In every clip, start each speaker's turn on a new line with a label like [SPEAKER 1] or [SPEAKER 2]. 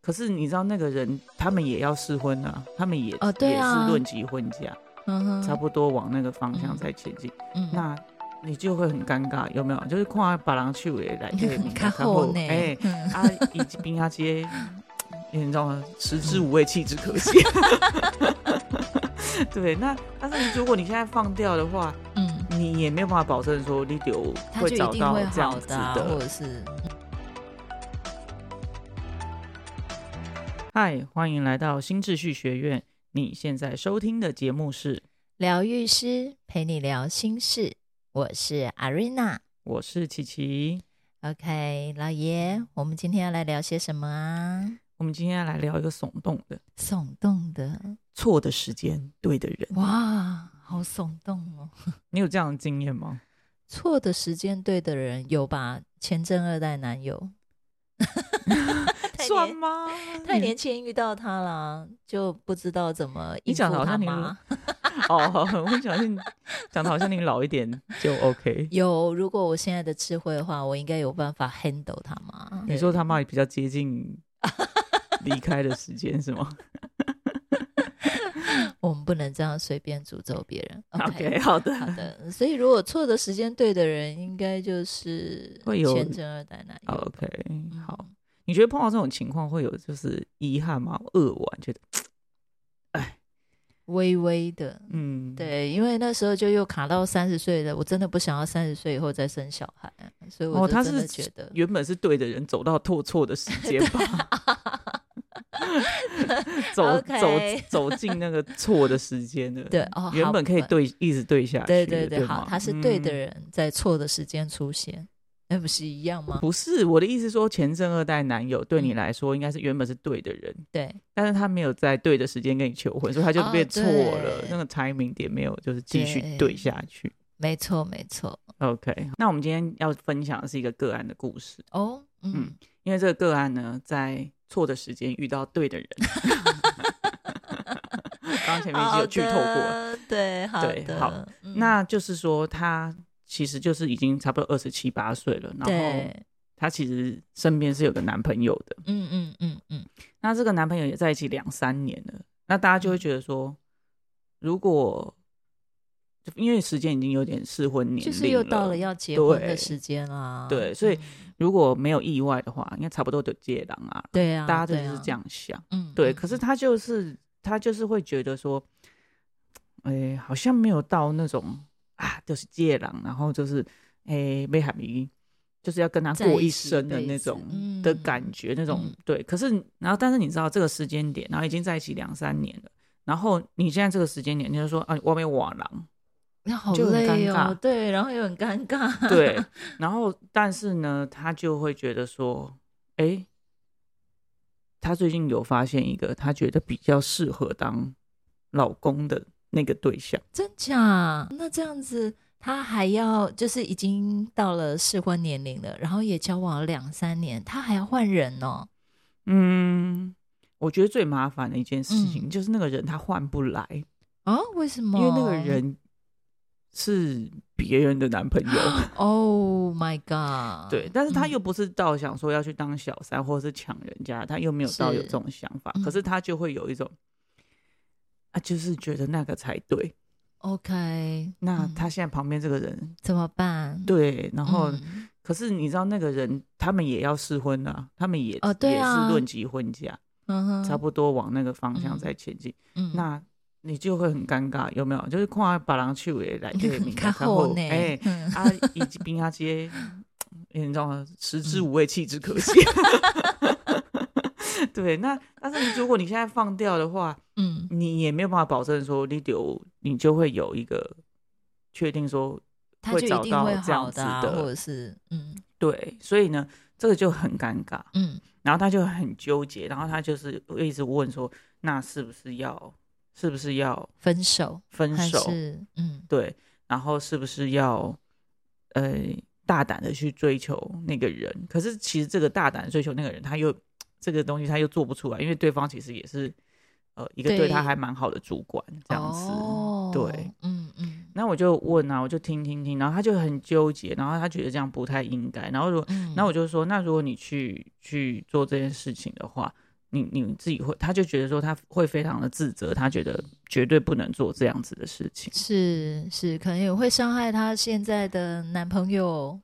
[SPEAKER 1] 可是你知道那个人，他们也要试婚啊，他们也、
[SPEAKER 2] 哦对啊
[SPEAKER 1] 也是论及婚嫁，
[SPEAKER 2] 嗯哼，
[SPEAKER 1] 差不多往那个方向
[SPEAKER 2] 嗯
[SPEAKER 1] 在前进。
[SPEAKER 2] 嗯
[SPEAKER 1] 那你就会很尴尬，有没有？就是看别人手的来 这个名
[SPEAKER 2] 较好呢，
[SPEAKER 1] 哎、
[SPEAKER 2] 嗯
[SPEAKER 1] 啊，以及冰阿街，你知道吗？食之无味，弃之可惜。对，那但是如果你现在放掉的话，
[SPEAKER 2] 嗯，
[SPEAKER 1] 你也没有办法保证说你丢
[SPEAKER 2] 他
[SPEAKER 1] 会
[SPEAKER 2] 就
[SPEAKER 1] 找
[SPEAKER 2] 一定
[SPEAKER 1] 到
[SPEAKER 2] 会
[SPEAKER 1] 这样
[SPEAKER 2] 好
[SPEAKER 1] 子
[SPEAKER 2] 的啊，或者是
[SPEAKER 1] 嗨，欢迎来到新秩序学院。你现在收听的节目是，
[SPEAKER 2] 疗愈师陪你聊心事，我是阿瑞娜。
[SPEAKER 1] 我是琪琪。
[SPEAKER 2] OK，老爷，我们今天要来聊些什么 啊？
[SPEAKER 1] 我们今天来聊一个耸动的，
[SPEAKER 2] 耸动的，
[SPEAKER 1] 错的时间，对的人。
[SPEAKER 2] 哇，好耸动哦！
[SPEAKER 1] 你有这样的经验吗？
[SPEAKER 2] 错的时间，对的人，有吧？前正二代男友， 太
[SPEAKER 1] 算
[SPEAKER 2] 年
[SPEAKER 1] 吗？
[SPEAKER 2] 太年轻遇到他啦，就不知道怎么
[SPEAKER 1] 你
[SPEAKER 2] 应
[SPEAKER 1] 讲得好
[SPEAKER 2] 付他
[SPEAKER 1] 像你
[SPEAKER 2] 妈。
[SPEAKER 1] 哦，我想是讲的好像你老一点就 OK。
[SPEAKER 2] 有，如果我现在的智慧的话，我应该有办法 handle 他妈。
[SPEAKER 1] 你说他妈也比较接近离开的时间是吗
[SPEAKER 2] 我们不能这样随便诅咒别人。
[SPEAKER 1] ？OK，好的，
[SPEAKER 2] 好的，所以如果错的时间对的人，应该就是
[SPEAKER 1] 会有
[SPEAKER 2] 前正二代男友。
[SPEAKER 1] o k
[SPEAKER 2] 嗯
[SPEAKER 1] 好。你觉得碰到这种情况会有就是遗憾吗？扼腕，觉得
[SPEAKER 2] 微微的，
[SPEAKER 1] 嗯，，
[SPEAKER 2] 对，因为那时候就又卡到三十岁了，我真的不想要三十岁以后再生小孩，所以
[SPEAKER 1] 哦
[SPEAKER 2] 我就
[SPEAKER 1] 他
[SPEAKER 2] 真的
[SPEAKER 1] 是
[SPEAKER 2] 觉得，
[SPEAKER 1] 原本是对的人，走到错错的时间吧， 走
[SPEAKER 2] OK
[SPEAKER 1] 走走进那个错的时间了。
[SPEAKER 2] 对哦，
[SPEAKER 1] 原
[SPEAKER 2] 好
[SPEAKER 1] 本可以，对一直对下去，
[SPEAKER 2] 对对对，
[SPEAKER 1] 对吗，
[SPEAKER 2] 好，他是对的
[SPEAKER 1] 嗯
[SPEAKER 2] 人在错的时间出现，那不是一样吗？
[SPEAKER 1] 嗯不是我的意思，说前正二代男友对你
[SPEAKER 2] 嗯
[SPEAKER 1] 来说应该是原本是对的人，
[SPEAKER 2] 对，
[SPEAKER 1] 但是他没有在对的时间跟你求婚，所以他就
[SPEAKER 2] 哦
[SPEAKER 1] 变错了，
[SPEAKER 2] 对
[SPEAKER 1] 那个 timing 点没有就是继续
[SPEAKER 2] 对
[SPEAKER 1] 对下去。
[SPEAKER 2] 没错没错，
[SPEAKER 1] OK，那我们今天要分享的是一个个案的故事，
[SPEAKER 2] 哦，嗯
[SPEAKER 1] 嗯，因为这个个案呢，在错的时间遇到对的人。 刚刚前面已经有剧透过，
[SPEAKER 2] 的，对，好
[SPEAKER 1] 对
[SPEAKER 2] 的，
[SPEAKER 1] 好
[SPEAKER 2] 嗯
[SPEAKER 1] 那就是说他其实就是已经差不多二十七八岁了，然后
[SPEAKER 2] 对，
[SPEAKER 1] 他其实身边是有个男朋友的，
[SPEAKER 2] 嗯嗯嗯嗯，
[SPEAKER 1] 那这个男朋友也在一起两三年了，那大家
[SPEAKER 2] 嗯
[SPEAKER 1] 就会觉得说，如果就因为时间已经有点适婚年龄
[SPEAKER 2] 就是又到了要结婚的
[SPEAKER 1] 对
[SPEAKER 2] 时间啦，
[SPEAKER 1] 对所以
[SPEAKER 2] 嗯
[SPEAKER 1] 如果没有意外的话，应该差不多就接档啊，
[SPEAKER 2] 对啊，
[SPEAKER 1] 大家就
[SPEAKER 2] 对
[SPEAKER 1] 是
[SPEAKER 2] 啊
[SPEAKER 1] 这，样想。
[SPEAKER 2] 嗯，
[SPEAKER 1] 对，
[SPEAKER 2] 嗯
[SPEAKER 1] 可是
[SPEAKER 2] 嗯
[SPEAKER 1] 他就是他就是会觉得说，哎、好像没有到那种啊，就是借郎，然后就是哎被喊迷，就是要跟他
[SPEAKER 2] 在
[SPEAKER 1] 过
[SPEAKER 2] 一
[SPEAKER 1] 一
[SPEAKER 2] 起一
[SPEAKER 1] 生的
[SPEAKER 2] 辈
[SPEAKER 1] 那
[SPEAKER 2] 子
[SPEAKER 1] 种
[SPEAKER 2] 嗯
[SPEAKER 1] 的感觉，那种、
[SPEAKER 2] 嗯
[SPEAKER 1] 对。可是然后但是你知道这个时间点，然后已经在一起两三年了。然后你现在这个时间点，你就说啊，我没瓦郎，
[SPEAKER 2] 那好
[SPEAKER 1] 就很
[SPEAKER 2] 累
[SPEAKER 1] 尴
[SPEAKER 2] 哦
[SPEAKER 1] 尬，
[SPEAKER 2] 对，然后又很尴 尬，
[SPEAKER 1] 对。然后但是呢，他就会觉得说，哎，他最近有发现一个他觉得比较适合当老公的那个对象。
[SPEAKER 2] 真假？那这样子，他还要就是已经到了适婚年龄了，然后也交往了两三年，他还要换人哦。
[SPEAKER 1] 嗯，我觉得最麻烦的一件事情、
[SPEAKER 2] 嗯
[SPEAKER 1] 就是那个人他换不来，
[SPEAKER 2] 啊？为什么？
[SPEAKER 1] 因为那个人是别人的男朋友，
[SPEAKER 2] ，Oh my God！
[SPEAKER 1] 对，但是他又
[SPEAKER 2] 嗯
[SPEAKER 1] 不是到想说要去当小三或者是抢人家，他又没有到有
[SPEAKER 2] 是
[SPEAKER 1] 这种想法，
[SPEAKER 2] 嗯
[SPEAKER 1] 可是他就会有一种啊，就是觉得那个才对。
[SPEAKER 2] OK，
[SPEAKER 1] 那
[SPEAKER 2] 嗯
[SPEAKER 1] 他现在旁边这个人，
[SPEAKER 2] 怎么办？
[SPEAKER 1] 对，然后、
[SPEAKER 2] 嗯
[SPEAKER 1] 可是你知道那个人，他们也要试婚啊，他们也、
[SPEAKER 2] 哦对
[SPEAKER 1] 也
[SPEAKER 2] 啊
[SPEAKER 1] 是论及婚嫁，
[SPEAKER 2] 嗯哼，
[SPEAKER 1] 差不多往那个方向
[SPEAKER 2] 嗯
[SPEAKER 1] 在前进。
[SPEAKER 2] 嗯，
[SPEAKER 1] 那你就会很尴尬，有没有？就是看把人去也 来这个名
[SPEAKER 2] 看后
[SPEAKER 1] 后
[SPEAKER 2] 呢？
[SPEAKER 1] 哎，
[SPEAKER 2] 嗯
[SPEAKER 1] 啊，以及冰阿街， 你知道吗？食之
[SPEAKER 2] 嗯
[SPEAKER 1] 无味，弃之可惜。 对，那但是如果你现在放掉的话，
[SPEAKER 2] 嗯，
[SPEAKER 1] 你也没有办法保证说你有，你就会有一个确定说
[SPEAKER 2] 他
[SPEAKER 1] 会
[SPEAKER 2] 就
[SPEAKER 1] 找
[SPEAKER 2] 一定
[SPEAKER 1] 到
[SPEAKER 2] 会
[SPEAKER 1] 这样
[SPEAKER 2] 好的
[SPEAKER 1] 子
[SPEAKER 2] 啊，
[SPEAKER 1] 的
[SPEAKER 2] 或者是嗯
[SPEAKER 1] 对，所以呢，这个就很尴尬。
[SPEAKER 2] 嗯
[SPEAKER 1] 然后他就很纠结，然后他就是会一直问说，那是不是要，是不是要
[SPEAKER 2] 分手
[SPEAKER 1] 分
[SPEAKER 2] 还
[SPEAKER 1] 手？
[SPEAKER 2] 是嗯
[SPEAKER 1] 对，然后是不是要，呃，大胆的去追求那个人？可是其实这个大胆地追求那个人，他又这个东西他又做不出来，因为对方其实也是，呃，一个对
[SPEAKER 2] 对
[SPEAKER 1] 他还蛮好的主管这样子。
[SPEAKER 2] 哦
[SPEAKER 1] 对，
[SPEAKER 2] 嗯嗯
[SPEAKER 1] 那我就问啊，我就听听听，然后他就很纠结，然后他觉得这样不太应该，然后如果
[SPEAKER 2] 嗯，
[SPEAKER 1] 那我就说，那如果你去去做这件事情的话，你你自己会，他就觉得说他会非常的自责，他觉得绝对不能做这样子的事情。
[SPEAKER 2] 是是，可能也会伤害她现在的男朋友，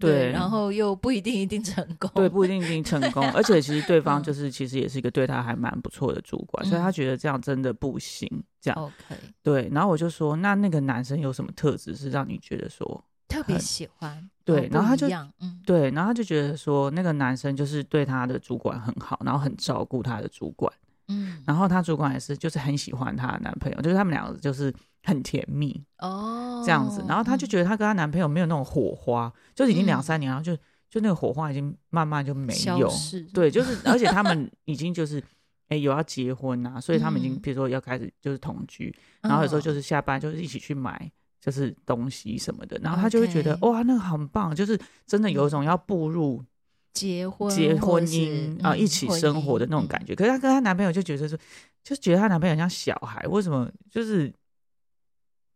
[SPEAKER 1] 对
[SPEAKER 2] 然后又不一定一定成功，
[SPEAKER 1] 对，不一定一定成功，而且其实对方就是其实也是一个对他还蛮不错的主管，所以他
[SPEAKER 2] 嗯哦
[SPEAKER 1] 觉得这样真的不行，这样
[SPEAKER 2] OK，
[SPEAKER 1] 对。然后我就说，那那个男生有什么特质是让你觉得说
[SPEAKER 2] 特别
[SPEAKER 1] 很
[SPEAKER 2] 喜欢，
[SPEAKER 1] 对
[SPEAKER 2] 好
[SPEAKER 1] 然后她
[SPEAKER 2] 不
[SPEAKER 1] 就
[SPEAKER 2] 一样，嗯，
[SPEAKER 1] 对？然后他就觉得说，那个男生就是对他的主管很好，然后很照顾他的主管，
[SPEAKER 2] 嗯，
[SPEAKER 1] 然后他主管也是就是很喜欢她的男朋友，就是他们两个就是很甜蜜，
[SPEAKER 2] 哦，
[SPEAKER 1] 这样子，然后她就觉得她跟她男朋友没有那种火花，就是已经两
[SPEAKER 2] 嗯
[SPEAKER 1] 三年，然后就就那个火花已经慢慢就没
[SPEAKER 2] 哦消
[SPEAKER 1] 有
[SPEAKER 2] 失，
[SPEAKER 1] 对， 就是而且他们已经就是哎、有要结婚啊，所以他们已经
[SPEAKER 2] 嗯
[SPEAKER 1] 比如说要开始就是同居，
[SPEAKER 2] 嗯，
[SPEAKER 1] 然后有时候就是是下班就是一起去买就是东西什么的，然后她就会觉得哇那个很棒，就是真的
[SPEAKER 2] 嗯
[SPEAKER 1] 有一种要步入
[SPEAKER 2] 结婚
[SPEAKER 1] 结
[SPEAKER 2] 或
[SPEAKER 1] 婚
[SPEAKER 2] 是
[SPEAKER 1] 姻啊、
[SPEAKER 2] 嗯
[SPEAKER 1] 一起
[SPEAKER 2] 婚
[SPEAKER 1] 生活的
[SPEAKER 2] 姻
[SPEAKER 1] 那种
[SPEAKER 2] 嗯
[SPEAKER 1] 感觉。可是她跟她男朋友就觉得说，就觉得她男朋友很像小孩，为什么就是？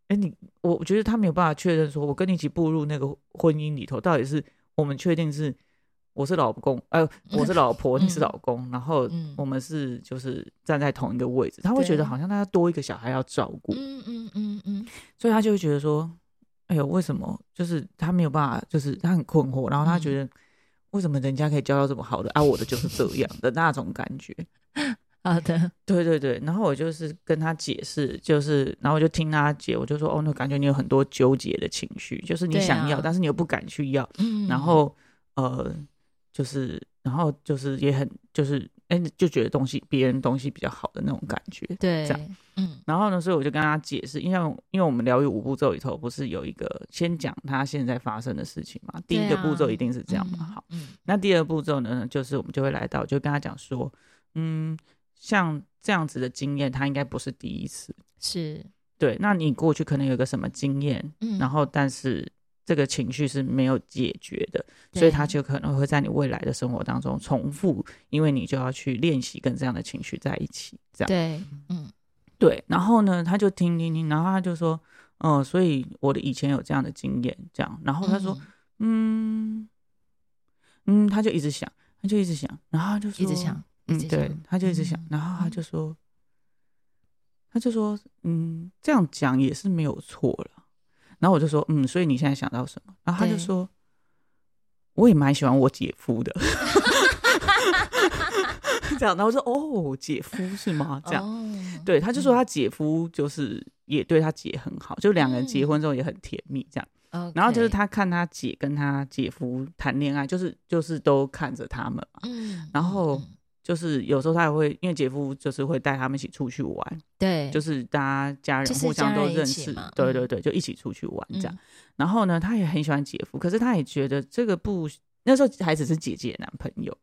[SPEAKER 1] 哎，你我我觉得他没有办法确认说，我跟你一起步入那个婚姻里头，到底是我们确定是我是老公，呃，我是老 婆，你是
[SPEAKER 2] 嗯
[SPEAKER 1] 老公，然后
[SPEAKER 2] 嗯
[SPEAKER 1] 我们是就是站在同一个位置，他会觉
[SPEAKER 2] 对
[SPEAKER 1] 得好像他多一个小孩要照顾，
[SPEAKER 2] 嗯嗯嗯嗯，
[SPEAKER 1] 所以他就会觉得说，哎呦，为什么？就是他没有办法，就是他很困惑，然后他觉
[SPEAKER 2] 嗯
[SPEAKER 1] 得、为什么人家可以交到这么好的，啊，我的就是这样的那种感觉。
[SPEAKER 2] 好的，
[SPEAKER 1] 对对对，然后我就是跟他解释，就是，然后我就听他解，我就说，哦，那感觉你有很多纠结的情绪，就是你
[SPEAKER 2] 对
[SPEAKER 1] 想要，
[SPEAKER 2] 啊
[SPEAKER 1] 但是你又不敢去要，
[SPEAKER 2] 嗯，
[SPEAKER 1] 然后呃，就是，然后就是也很，就是，哎，就觉得东西别人东西比较好的那种感觉，
[SPEAKER 2] 对
[SPEAKER 1] 这样，
[SPEAKER 2] 嗯
[SPEAKER 1] 然后呢，所以我就跟他解释，因为因为我们疗愈五步骤里头不是有一个先讲他现在发生的事情嘛？第
[SPEAKER 2] 对啊
[SPEAKER 1] 一个步骤一定是这样嘛。
[SPEAKER 2] 嗯
[SPEAKER 1] 好，
[SPEAKER 2] 嗯
[SPEAKER 1] 那第二步骤呢，就是我们就会来到，就跟他讲说，嗯，像这样子的经验，他应该不是第一次。
[SPEAKER 2] 是，
[SPEAKER 1] 对，那你过去可能有个什么经验，
[SPEAKER 2] 嗯，
[SPEAKER 1] 然后但是这个情绪是没有解决的，所以他
[SPEAKER 2] 对
[SPEAKER 1] 就可能会在你未来的生活当中重复，因为你就要去练习跟这样的情绪在一起，这样。
[SPEAKER 2] 对，嗯
[SPEAKER 1] 对，然后呢，他就听听听，然后他就说，嗯、所以我的以前有这样的经验，这样，然后他说，
[SPEAKER 2] 嗯
[SPEAKER 1] 嗯，嗯，他就一直想，他就一直想，然后他就说，
[SPEAKER 2] 一直想，
[SPEAKER 1] 嗯
[SPEAKER 2] 一，直
[SPEAKER 1] 对
[SPEAKER 2] 想，
[SPEAKER 1] 他就一直想，
[SPEAKER 2] 嗯
[SPEAKER 1] 然后他就说，他就说，嗯，这样讲也是没有错了，然后我就说，嗯，所以你现在想到什么？然后他就
[SPEAKER 2] 对
[SPEAKER 1] 说，我也蛮喜欢我姐夫的， 这样，然后我说，哦，姐夫是吗？这样。
[SPEAKER 2] 样，
[SPEAKER 1] 对，他就
[SPEAKER 2] 嗯
[SPEAKER 1] 说他姐夫就是也对他姐很好，就两个人结
[SPEAKER 2] 嗯
[SPEAKER 1] 婚之后也很甜蜜这样。
[SPEAKER 2] 哦，
[SPEAKER 1] 然后就是
[SPEAKER 2] OK，
[SPEAKER 1] 他看他姐跟他姐夫谈恋爱，就是就是都看着他们嘛，
[SPEAKER 2] 嗯，
[SPEAKER 1] 然
[SPEAKER 2] 嗯
[SPEAKER 1] 后
[SPEAKER 2] 嗯
[SPEAKER 1] 就是有时候他也会因为姐夫就是会带他们一起出去玩，
[SPEAKER 2] 对，
[SPEAKER 1] 就是是大家家
[SPEAKER 2] 就
[SPEAKER 1] 人
[SPEAKER 2] 是
[SPEAKER 1] 互相
[SPEAKER 2] 家
[SPEAKER 1] 都
[SPEAKER 2] 人一
[SPEAKER 1] 认
[SPEAKER 2] 起
[SPEAKER 1] 识
[SPEAKER 2] 嘛，
[SPEAKER 1] 对
[SPEAKER 2] 嗯
[SPEAKER 1] 对对，就一起出去玩这样。然后呢，他也很喜欢姐夫，可是他也觉得这个不那时候还只是姐姐的男朋友，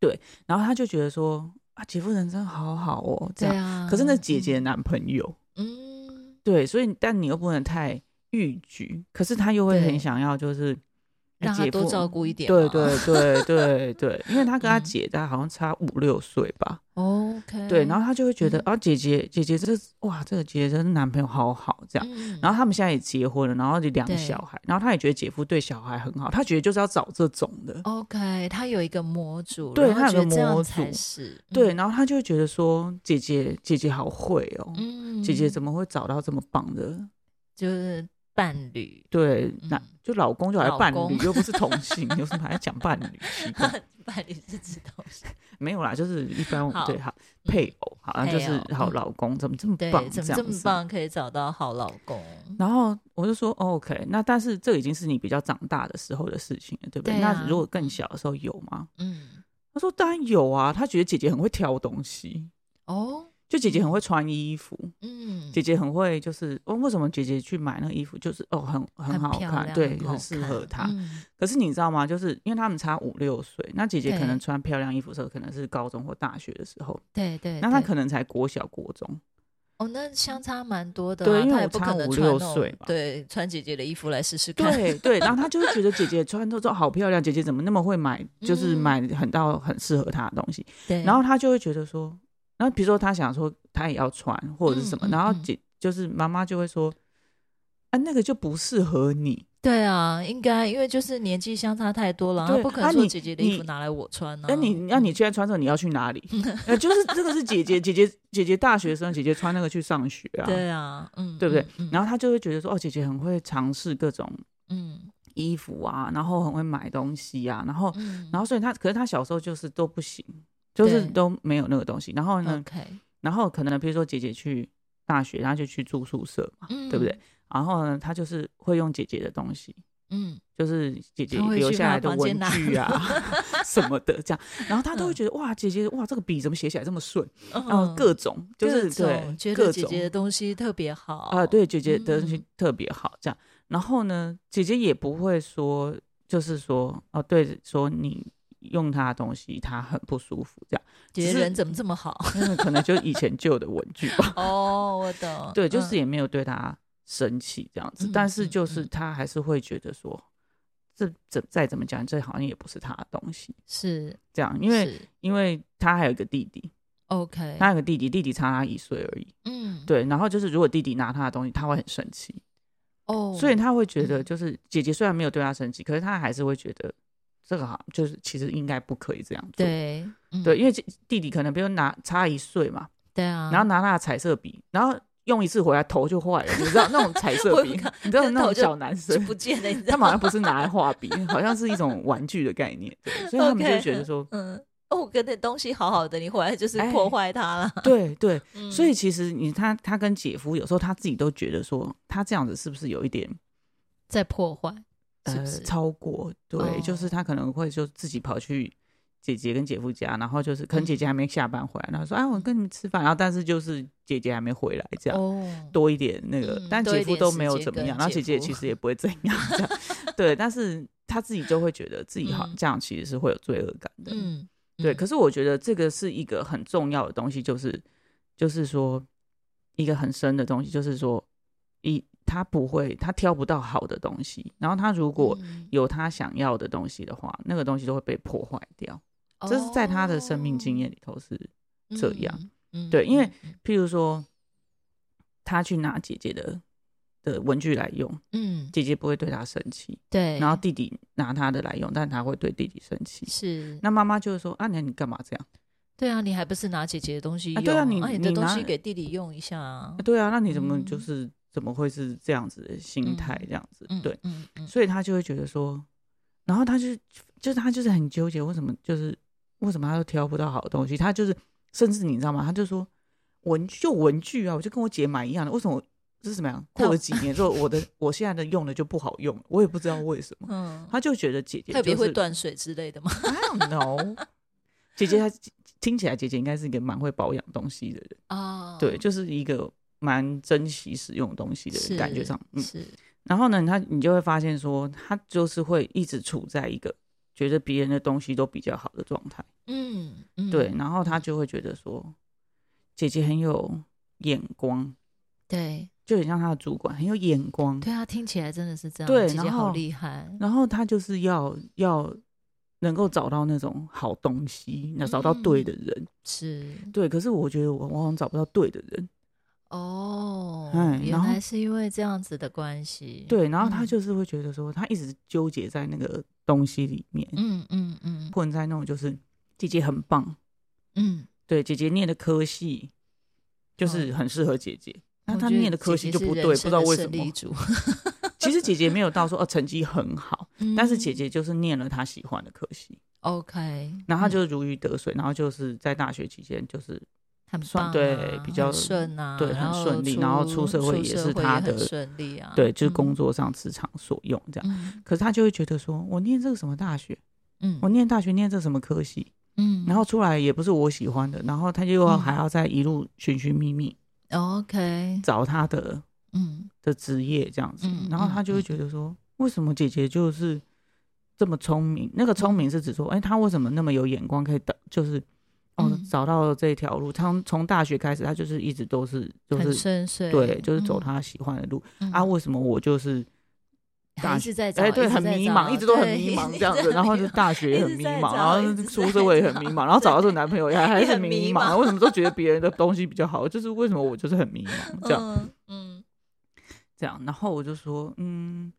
[SPEAKER 2] 对，
[SPEAKER 1] 然后他就觉得说啊，姐夫人真好好哦这
[SPEAKER 2] 对
[SPEAKER 1] 样。
[SPEAKER 2] 啊，
[SPEAKER 1] 可是那姐姐的男朋友。
[SPEAKER 2] 嗯，嗯，
[SPEAKER 1] 对，所以但你又不能太逾矩，可是他又会
[SPEAKER 2] 对
[SPEAKER 1] 很想要就是哎
[SPEAKER 2] 让他
[SPEAKER 1] 姐
[SPEAKER 2] 多
[SPEAKER 1] 夫
[SPEAKER 2] 照顾一点
[SPEAKER 1] 对
[SPEAKER 2] 嘛，
[SPEAKER 1] 对 对对对，因为他跟他
[SPEAKER 2] 嗯
[SPEAKER 1] 姐大概好像差五六岁吧，
[SPEAKER 2] ，OK，
[SPEAKER 1] 对，然后他就会觉得、
[SPEAKER 2] 嗯
[SPEAKER 1] 啊，姐姐姐姐这哇，这个姐姐真的男朋友好好这样。
[SPEAKER 2] 嗯，
[SPEAKER 1] 然后他们现在也结婚了，然后就两个
[SPEAKER 2] 对
[SPEAKER 1] 小孩，然后他也觉得姐夫对小孩很好，他觉得就是要找这种的，
[SPEAKER 2] 哦 OK，他有一个模组，
[SPEAKER 1] 对
[SPEAKER 2] 然后
[SPEAKER 1] 他有
[SPEAKER 2] 觉
[SPEAKER 1] 个
[SPEAKER 2] 得这样
[SPEAKER 1] 模
[SPEAKER 2] 才
[SPEAKER 1] 组
[SPEAKER 2] 是
[SPEAKER 1] 对，，然后他就会觉得说姐姐姐姐好会哦，
[SPEAKER 2] 嗯，
[SPEAKER 1] 姐姐
[SPEAKER 2] 么
[SPEAKER 1] 怎么会找到这么棒的
[SPEAKER 2] 就是伴侣
[SPEAKER 1] 对，那
[SPEAKER 2] 嗯
[SPEAKER 1] 就老公就来
[SPEAKER 2] 老
[SPEAKER 1] 伴
[SPEAKER 2] 公
[SPEAKER 1] 侣，又不是同 性，有什么还要讲伴侣？奇怪
[SPEAKER 2] 伴侣是指东西，
[SPEAKER 1] 没有啦，就是一般我们
[SPEAKER 2] 好嗯
[SPEAKER 1] 对好配偶，好像
[SPEAKER 2] 配
[SPEAKER 1] 就是
[SPEAKER 2] 偶
[SPEAKER 1] 好
[SPEAKER 2] 嗯
[SPEAKER 1] 老公怎么这么
[SPEAKER 2] 对
[SPEAKER 1] 棒，，
[SPEAKER 2] 怎
[SPEAKER 1] 这
[SPEAKER 2] 么这
[SPEAKER 1] 样
[SPEAKER 2] 么
[SPEAKER 1] 子。
[SPEAKER 2] 棒可以找到好老公？
[SPEAKER 1] 然后我就说哦 OK，那但是这已经是你比较长大的时候的事情了，对不对？
[SPEAKER 2] 对啊
[SPEAKER 1] 那如果更小的时候有吗？
[SPEAKER 2] 嗯，
[SPEAKER 1] 他说当然有啊，他觉得姐姐很会挑东西，
[SPEAKER 2] 哦，
[SPEAKER 1] 就姐姐很会穿衣服，
[SPEAKER 2] 嗯，
[SPEAKER 1] 姐姐很会就是哦为什么姐姐去买那个衣服就是哦很很好
[SPEAKER 2] 漂
[SPEAKER 1] 看，
[SPEAKER 2] 亮
[SPEAKER 1] 对，
[SPEAKER 2] 好
[SPEAKER 1] 很适合
[SPEAKER 2] 看
[SPEAKER 1] 她。
[SPEAKER 2] 嗯
[SPEAKER 1] 可是你知道吗？就是因为他们差五六岁，那姐姐可能
[SPEAKER 2] 对
[SPEAKER 1] 穿漂亮衣服的时候，可能是高中或大学的时候，
[SPEAKER 2] 对对，
[SPEAKER 1] 那她
[SPEAKER 2] 对
[SPEAKER 1] 可能才国小、国 中。
[SPEAKER 2] 哦，那相差蛮多的啊，
[SPEAKER 1] 对因为
[SPEAKER 2] 他
[SPEAKER 1] 我
[SPEAKER 2] 也不
[SPEAKER 1] 差
[SPEAKER 2] 可能
[SPEAKER 1] 五
[SPEAKER 2] 穿
[SPEAKER 1] 六
[SPEAKER 2] 那
[SPEAKER 1] 岁
[SPEAKER 2] 种
[SPEAKER 1] 嘛
[SPEAKER 2] 对，穿姐姐的衣服来试试看，
[SPEAKER 1] 对对，然后她就会觉得姐姐穿都都好漂亮，姐姐怎么那么会买，就是
[SPEAKER 2] 嗯
[SPEAKER 1] 买很到很适合她的东西。
[SPEAKER 2] 对，
[SPEAKER 1] 然后她就会觉得说，那比如说她想说她也要穿或者是什么，
[SPEAKER 2] 嗯嗯
[SPEAKER 1] 然后
[SPEAKER 2] 嗯
[SPEAKER 1] 姐就是妈妈就会说，啊那个就不适合你。
[SPEAKER 2] 对啊，应该因为就是年纪相差太多了，他
[SPEAKER 1] 对
[SPEAKER 2] 不可
[SPEAKER 1] 啊
[SPEAKER 2] 能说
[SPEAKER 1] 你
[SPEAKER 2] 姐姐的衣服
[SPEAKER 1] 你
[SPEAKER 2] 拿来我穿呢、啊。
[SPEAKER 1] 那哎你那你既然穿这个，你要去哪里？ 呃，就是这个是姐姐姐姐姐姐大学生，姐姐穿那个去上学啊。
[SPEAKER 2] 对啊，嗯，
[SPEAKER 1] 对不对
[SPEAKER 2] 嗯？嗯
[SPEAKER 1] 然后她就会觉得说，哦，姐姐很会尝试各种
[SPEAKER 2] 嗯
[SPEAKER 1] 衣服啊，然后很会买东西啊，然后
[SPEAKER 2] 嗯，
[SPEAKER 1] 然后所以她，可是她小时候就是都不行，就是
[SPEAKER 2] 对嗯
[SPEAKER 1] 都没有那个东西。然后呢，
[SPEAKER 2] OK，
[SPEAKER 1] 然后可能比如说姐姐去大学，她就去住宿舍嘛，
[SPEAKER 2] 嗯，
[SPEAKER 1] 对不对？？然后呢，她就是会用姐姐的东西，
[SPEAKER 2] 嗯，
[SPEAKER 1] 就是姐姐
[SPEAKER 2] 她会去
[SPEAKER 1] 留下
[SPEAKER 2] 她
[SPEAKER 1] 来的
[SPEAKER 2] 房间
[SPEAKER 1] 文
[SPEAKER 2] 拿
[SPEAKER 1] 具啊 什么的，这样，然后她都会
[SPEAKER 2] 嗯
[SPEAKER 1] 觉得哇，姐姐哇，这个笔怎么写起来这么顺？
[SPEAKER 2] 嗯，
[SPEAKER 1] 然后各种就是
[SPEAKER 2] 各种
[SPEAKER 1] 对
[SPEAKER 2] 觉
[SPEAKER 1] 各
[SPEAKER 2] 得姐
[SPEAKER 1] 种
[SPEAKER 2] 姐的东西特别好
[SPEAKER 1] 啊，，对姐姐的东西
[SPEAKER 2] 嗯
[SPEAKER 1] 特别好，这样。然后呢，姐姐也不会说，就是说哦，对，说你用她的东西，她很不舒服，这样。
[SPEAKER 2] 姐
[SPEAKER 1] 只
[SPEAKER 2] 姐
[SPEAKER 1] 是
[SPEAKER 2] 人怎么这么好？。
[SPEAKER 1] 因为可能就以前旧的文具吧
[SPEAKER 2] 哦，我懂，
[SPEAKER 1] 对，就
[SPEAKER 2] 嗯
[SPEAKER 1] 是也没有对她生气这样子，
[SPEAKER 2] 嗯
[SPEAKER 1] 但是
[SPEAKER 2] 嗯
[SPEAKER 1] 就是
[SPEAKER 2] 嗯
[SPEAKER 1] 她还是会觉得说，这这再怎么讲，这好像也不是她的东西，
[SPEAKER 2] 是，
[SPEAKER 1] 这样，因为
[SPEAKER 2] 是
[SPEAKER 1] 因为她还有一个弟弟，
[SPEAKER 2] OK，
[SPEAKER 1] 她有个弟弟，弟弟差她一岁而已。
[SPEAKER 2] 嗯，
[SPEAKER 1] 对，然后就是如果弟弟拿她的东西，她会很生气。
[SPEAKER 2] 哦，
[SPEAKER 1] 所以他会觉得，
[SPEAKER 2] 嗯
[SPEAKER 1] 就是姐姐虽然没有对他生气，可是他还是会觉得这个好，就是其实应该不可以这样做。
[SPEAKER 2] 对嗯
[SPEAKER 1] 对，因为姐弟弟可能比如拿差一岁嘛，
[SPEAKER 2] 对啊，
[SPEAKER 1] 然后拿那个彩色笔，然后用一次回来头就坏了，你知道那种彩色
[SPEAKER 2] 我
[SPEAKER 1] 笔
[SPEAKER 2] 不看，
[SPEAKER 1] 你知道
[SPEAKER 2] 那
[SPEAKER 1] 那种
[SPEAKER 2] 头就
[SPEAKER 1] 小男
[SPEAKER 2] 是
[SPEAKER 1] 生
[SPEAKER 2] 不，见了，你知
[SPEAKER 1] 他
[SPEAKER 2] 道
[SPEAKER 1] 们好
[SPEAKER 2] 吗？
[SPEAKER 1] 像不是拿来画笔，好像是一种玩具的概念，对，所以他们就
[SPEAKER 2] OK
[SPEAKER 1] 觉得说，
[SPEAKER 2] 嗯，哦，我跟那东西好好的，你回来就是
[SPEAKER 1] 哎
[SPEAKER 2] 破坏它了，
[SPEAKER 1] 对对，
[SPEAKER 2] 嗯
[SPEAKER 1] 所以其实你他他跟姐夫有时候他自己都觉得说，他这样子是不是有一点
[SPEAKER 2] 在破坏，是不
[SPEAKER 1] 呃
[SPEAKER 2] 是？
[SPEAKER 1] 超过，对，就是
[SPEAKER 2] 哦
[SPEAKER 1] 他可能会就自己跑去姐姐跟姐夫家，然后就是可能
[SPEAKER 2] 嗯
[SPEAKER 1] 姐姐还没下班回来，然后说哎我跟你们吃饭，然后但是就是姐姐还没回来这样。
[SPEAKER 2] 哦，
[SPEAKER 1] 多一点那个，
[SPEAKER 2] 嗯
[SPEAKER 1] 但
[SPEAKER 2] 多
[SPEAKER 1] 姐
[SPEAKER 2] 一
[SPEAKER 1] 夫
[SPEAKER 2] 点
[SPEAKER 1] 都
[SPEAKER 2] 时
[SPEAKER 1] 没有
[SPEAKER 2] 间
[SPEAKER 1] 怎么
[SPEAKER 2] 跟
[SPEAKER 1] 样，然后
[SPEAKER 2] 姐
[SPEAKER 1] 姐姐
[SPEAKER 2] 夫
[SPEAKER 1] 其实也不会怎样， 这样对。但是他自己就会觉得自己好
[SPEAKER 2] 嗯
[SPEAKER 1] 这样其实是会有罪恶感的，
[SPEAKER 2] 嗯，
[SPEAKER 1] 对。
[SPEAKER 2] 嗯
[SPEAKER 1] 可是我觉得这个是一个很重要的东西，就是就是说一个很深的东西，就是说一他不会他挑不到好的东西，然后他如果
[SPEAKER 2] 嗯
[SPEAKER 1] 有他想要的东西的话，那个东西都会被破坏掉。这是在他的生命经验里头是，
[SPEAKER 2] 哦
[SPEAKER 1] 这样
[SPEAKER 2] 嗯，嗯
[SPEAKER 1] 对因为
[SPEAKER 2] 嗯
[SPEAKER 1] 譬如说，他去拿姐姐的的文具来用，
[SPEAKER 2] 嗯，
[SPEAKER 1] 姐姐不会对他生气，
[SPEAKER 2] 对，
[SPEAKER 1] 然后弟弟拿他的来用，但他会对弟弟生气。
[SPEAKER 2] 是
[SPEAKER 1] 那妈妈就会说：“啊，那你干嘛这样？
[SPEAKER 2] 对啊，你还不是拿姐姐的东西
[SPEAKER 1] 啊
[SPEAKER 2] 用？
[SPEAKER 1] 对啊你
[SPEAKER 2] 你的
[SPEAKER 1] 你
[SPEAKER 2] 东
[SPEAKER 1] 拿
[SPEAKER 2] 西给弟弟用一下啊
[SPEAKER 1] 啊。对啊，那你怎么
[SPEAKER 2] 嗯
[SPEAKER 1] 就是、怎么会是这样子的心态？
[SPEAKER 2] 嗯
[SPEAKER 1] 这样子、
[SPEAKER 2] 嗯，
[SPEAKER 1] 对，
[SPEAKER 2] 嗯嗯，
[SPEAKER 1] 所以他就会觉得说，然后他就就是他就是很纠结，为什么就是为什么他都挑不到好东西？他就是甚至你知道吗？他就说文就文具啊，我就跟我姐买一样的，为什么我这是什么样？
[SPEAKER 2] 他
[SPEAKER 1] 过了几年之后，我的 我现在的用的就不好用了，我也不知道为什么。
[SPEAKER 2] 嗯，
[SPEAKER 1] 他就觉得姐姐、就是、
[SPEAKER 2] 特别会断水之类的嘛。
[SPEAKER 1] ，I don't know。姐姐她听起来姐姐应该是一个蛮会保养东西的人，
[SPEAKER 2] 啊，
[SPEAKER 1] 对，就是一个蛮珍惜使用东西的人，
[SPEAKER 2] 是
[SPEAKER 1] 感觉上，嗯，
[SPEAKER 2] 是，
[SPEAKER 1] 然后呢，他你就会发现说，他就是会一直处在一个觉得别人的东西都比较好的状态，
[SPEAKER 2] 嗯嗯，
[SPEAKER 1] 对，然后他就会觉得说，姐姐很有眼光，
[SPEAKER 2] 对
[SPEAKER 1] 就很像他的主管很有眼光，
[SPEAKER 2] 对啊，听起来真的是这样。
[SPEAKER 1] 对
[SPEAKER 2] 姐姐
[SPEAKER 1] 然
[SPEAKER 2] 好
[SPEAKER 1] 后
[SPEAKER 2] 厉害。
[SPEAKER 1] 然后他就是要要能够找到那种好东西，那找到对的
[SPEAKER 2] 嗯
[SPEAKER 1] 人，
[SPEAKER 2] 是
[SPEAKER 1] 对，可是我觉得我往往找不到对的人，
[SPEAKER 2] 哦
[SPEAKER 1] 哎，
[SPEAKER 2] 原
[SPEAKER 1] 然后
[SPEAKER 2] 来是因为这样子的关系。
[SPEAKER 1] 对，然后他
[SPEAKER 2] 嗯
[SPEAKER 1] 就是会觉得说，他一直纠结在那个东西里面，
[SPEAKER 2] 嗯嗯嗯
[SPEAKER 1] 混在那种就是姐姐很棒。
[SPEAKER 2] 嗯，
[SPEAKER 1] 对，姐姐念的科系就是
[SPEAKER 2] 哦
[SPEAKER 1] 很适合姐姐，那
[SPEAKER 2] 我
[SPEAKER 1] 她
[SPEAKER 2] 觉得
[SPEAKER 1] 念的科
[SPEAKER 2] 姐
[SPEAKER 1] 系
[SPEAKER 2] 姐
[SPEAKER 1] 就是不对，
[SPEAKER 2] 人
[SPEAKER 1] 不
[SPEAKER 2] 生
[SPEAKER 1] 知道
[SPEAKER 2] 的
[SPEAKER 1] 为什
[SPEAKER 2] 胜利
[SPEAKER 1] 么。
[SPEAKER 2] 组
[SPEAKER 1] 其实姐姐没有到说哦成绩很好，
[SPEAKER 2] 嗯
[SPEAKER 1] 但是姐姐就是念了她喜欢的科系，
[SPEAKER 2] OK，
[SPEAKER 1] 然后她
[SPEAKER 2] 嗯
[SPEAKER 1] 就如鱼得水，然后就是在大学期间就是
[SPEAKER 2] 很
[SPEAKER 1] 算
[SPEAKER 2] 棒
[SPEAKER 1] 对
[SPEAKER 2] 啊
[SPEAKER 1] 比较
[SPEAKER 2] 很顺啊，
[SPEAKER 1] 对很
[SPEAKER 2] 然后
[SPEAKER 1] 顺利然后出社会也
[SPEAKER 2] 出
[SPEAKER 1] 是他
[SPEAKER 2] 很
[SPEAKER 1] 的
[SPEAKER 2] 顺利啊，
[SPEAKER 1] 对，就是
[SPEAKER 2] 嗯
[SPEAKER 1] 工，作上职场所用这样。
[SPEAKER 2] 嗯
[SPEAKER 1] 可是她就会觉得说，我念这个什么大学，
[SPEAKER 2] 嗯
[SPEAKER 1] 我念大学念这什么科系，
[SPEAKER 2] 嗯，
[SPEAKER 1] 然后出来也不是我喜欢的，然后她就又要
[SPEAKER 2] 嗯
[SPEAKER 1] 还要再一路寻寻觅觅
[SPEAKER 2] OK，
[SPEAKER 1] 找她的
[SPEAKER 2] 嗯
[SPEAKER 1] 的职业这样子，
[SPEAKER 2] 嗯
[SPEAKER 1] 然后他
[SPEAKER 2] 嗯
[SPEAKER 1] 就会
[SPEAKER 2] 嗯
[SPEAKER 1] 觉得说，为什么姐姐就是这么聪明？那个聪明是指说，哎、她为什么那么有眼光，可以的，就是哦、
[SPEAKER 2] 嗯
[SPEAKER 1] 找到这条路。她从大学开始，她就是一直都是就
[SPEAKER 2] 很
[SPEAKER 1] 是
[SPEAKER 2] 顺遂，
[SPEAKER 1] 对，就是走
[SPEAKER 2] 嗯
[SPEAKER 1] 她喜欢的路、
[SPEAKER 2] 嗯
[SPEAKER 1] 啊。为什么我就是大
[SPEAKER 2] 还是在找，
[SPEAKER 1] 哎、对，
[SPEAKER 2] 一直
[SPEAKER 1] 很
[SPEAKER 2] 在
[SPEAKER 1] 迷
[SPEAKER 2] 找
[SPEAKER 1] 茫，一直都很
[SPEAKER 2] 对
[SPEAKER 1] 迷
[SPEAKER 2] 一
[SPEAKER 1] 茫
[SPEAKER 2] 直
[SPEAKER 1] 这样
[SPEAKER 2] 在
[SPEAKER 1] 子，然后
[SPEAKER 2] 迷
[SPEAKER 1] 就
[SPEAKER 2] 茫
[SPEAKER 1] 大学
[SPEAKER 2] 一
[SPEAKER 1] 也很
[SPEAKER 2] 直
[SPEAKER 1] 迷
[SPEAKER 2] 在
[SPEAKER 1] 茫，
[SPEAKER 2] 找
[SPEAKER 1] 然后
[SPEAKER 2] 一直
[SPEAKER 1] 出
[SPEAKER 2] 在
[SPEAKER 1] 社会也
[SPEAKER 2] 找
[SPEAKER 1] 很迷茫，然后找到这个男朋友也还
[SPEAKER 2] 也
[SPEAKER 1] 是
[SPEAKER 2] 很
[SPEAKER 1] 迷
[SPEAKER 2] 迷
[SPEAKER 1] 茫，
[SPEAKER 2] 茫
[SPEAKER 1] 然后为什么都觉得别人的东西比较好？就是为什么我就是
[SPEAKER 2] 嗯
[SPEAKER 1] 很迷茫这样？
[SPEAKER 2] 嗯嗯
[SPEAKER 1] 这样，然后我就说，嗯，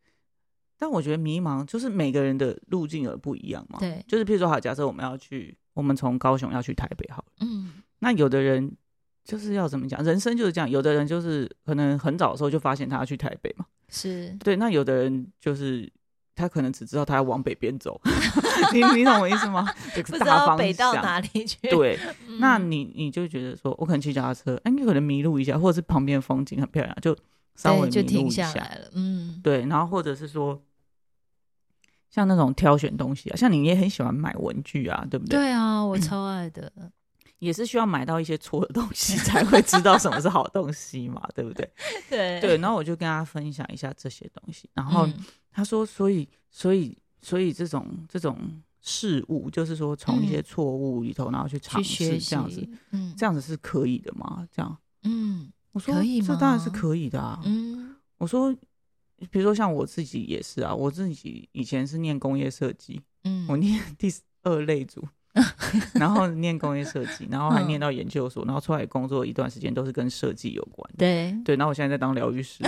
[SPEAKER 1] 但我觉得迷茫就是每个人的路径而不一样嘛。
[SPEAKER 2] 对
[SPEAKER 1] 就是譬如说，好，假设我们要去，我们从高雄要去台北，好了，
[SPEAKER 2] 嗯，
[SPEAKER 1] 那有的人就是要怎么讲，人生就是这样，有的人就是可能很早的时候就发现他要去台北嘛，
[SPEAKER 2] 是，
[SPEAKER 1] 对，那有的人就是。他可能只知道他要往北边走， 你你懂我意思吗？这
[SPEAKER 2] 不
[SPEAKER 1] 个
[SPEAKER 2] 知
[SPEAKER 1] 大
[SPEAKER 2] 道
[SPEAKER 1] 方
[SPEAKER 2] 北到
[SPEAKER 1] 向
[SPEAKER 2] 哪里去。
[SPEAKER 1] 对，
[SPEAKER 2] 嗯，
[SPEAKER 1] 那你你就觉得说，我可能骑脚踏车，哎，你可能迷路一下，或者是旁边风景很漂亮，就稍微
[SPEAKER 2] 对就
[SPEAKER 1] 迷路
[SPEAKER 2] 停
[SPEAKER 1] 一
[SPEAKER 2] 下
[SPEAKER 1] 下，
[SPEAKER 2] 来了，嗯，
[SPEAKER 1] 对，然后或者是说，像那种挑选东西啊，像你也很喜欢买文具啊，对不对？
[SPEAKER 2] 对啊，我超爱的，
[SPEAKER 1] 也是需要买到一些错的东西才会知道什么是好东西嘛，对不对？
[SPEAKER 2] 对
[SPEAKER 1] 对，，然后我就跟他分享一下这些东西，然后
[SPEAKER 2] 嗯
[SPEAKER 1] 他说，所以所以所以这种这种事物，就是说从一些
[SPEAKER 2] 嗯
[SPEAKER 1] 错误里头，然后去
[SPEAKER 2] 去
[SPEAKER 1] 尝
[SPEAKER 2] 学
[SPEAKER 1] 试
[SPEAKER 2] 习
[SPEAKER 1] 这样子，，
[SPEAKER 2] 嗯，
[SPEAKER 1] 这样子是可以的吗？这样。
[SPEAKER 2] 嗯
[SPEAKER 1] 我说
[SPEAKER 2] 可以
[SPEAKER 1] 这当然是
[SPEAKER 2] 吗
[SPEAKER 1] 可以的啊。
[SPEAKER 2] 嗯
[SPEAKER 1] 我说，比如说像我自己也是啊，我自己以前是念工业设计，
[SPEAKER 2] 嗯，
[SPEAKER 1] 我念第二类 组，然后念工业设计，然后
[SPEAKER 2] 嗯
[SPEAKER 1] 还念到研究所，然后出来工作一段时间都是跟设计有关的。
[SPEAKER 2] 对，
[SPEAKER 1] 对，然后我现在在当疗愈 师，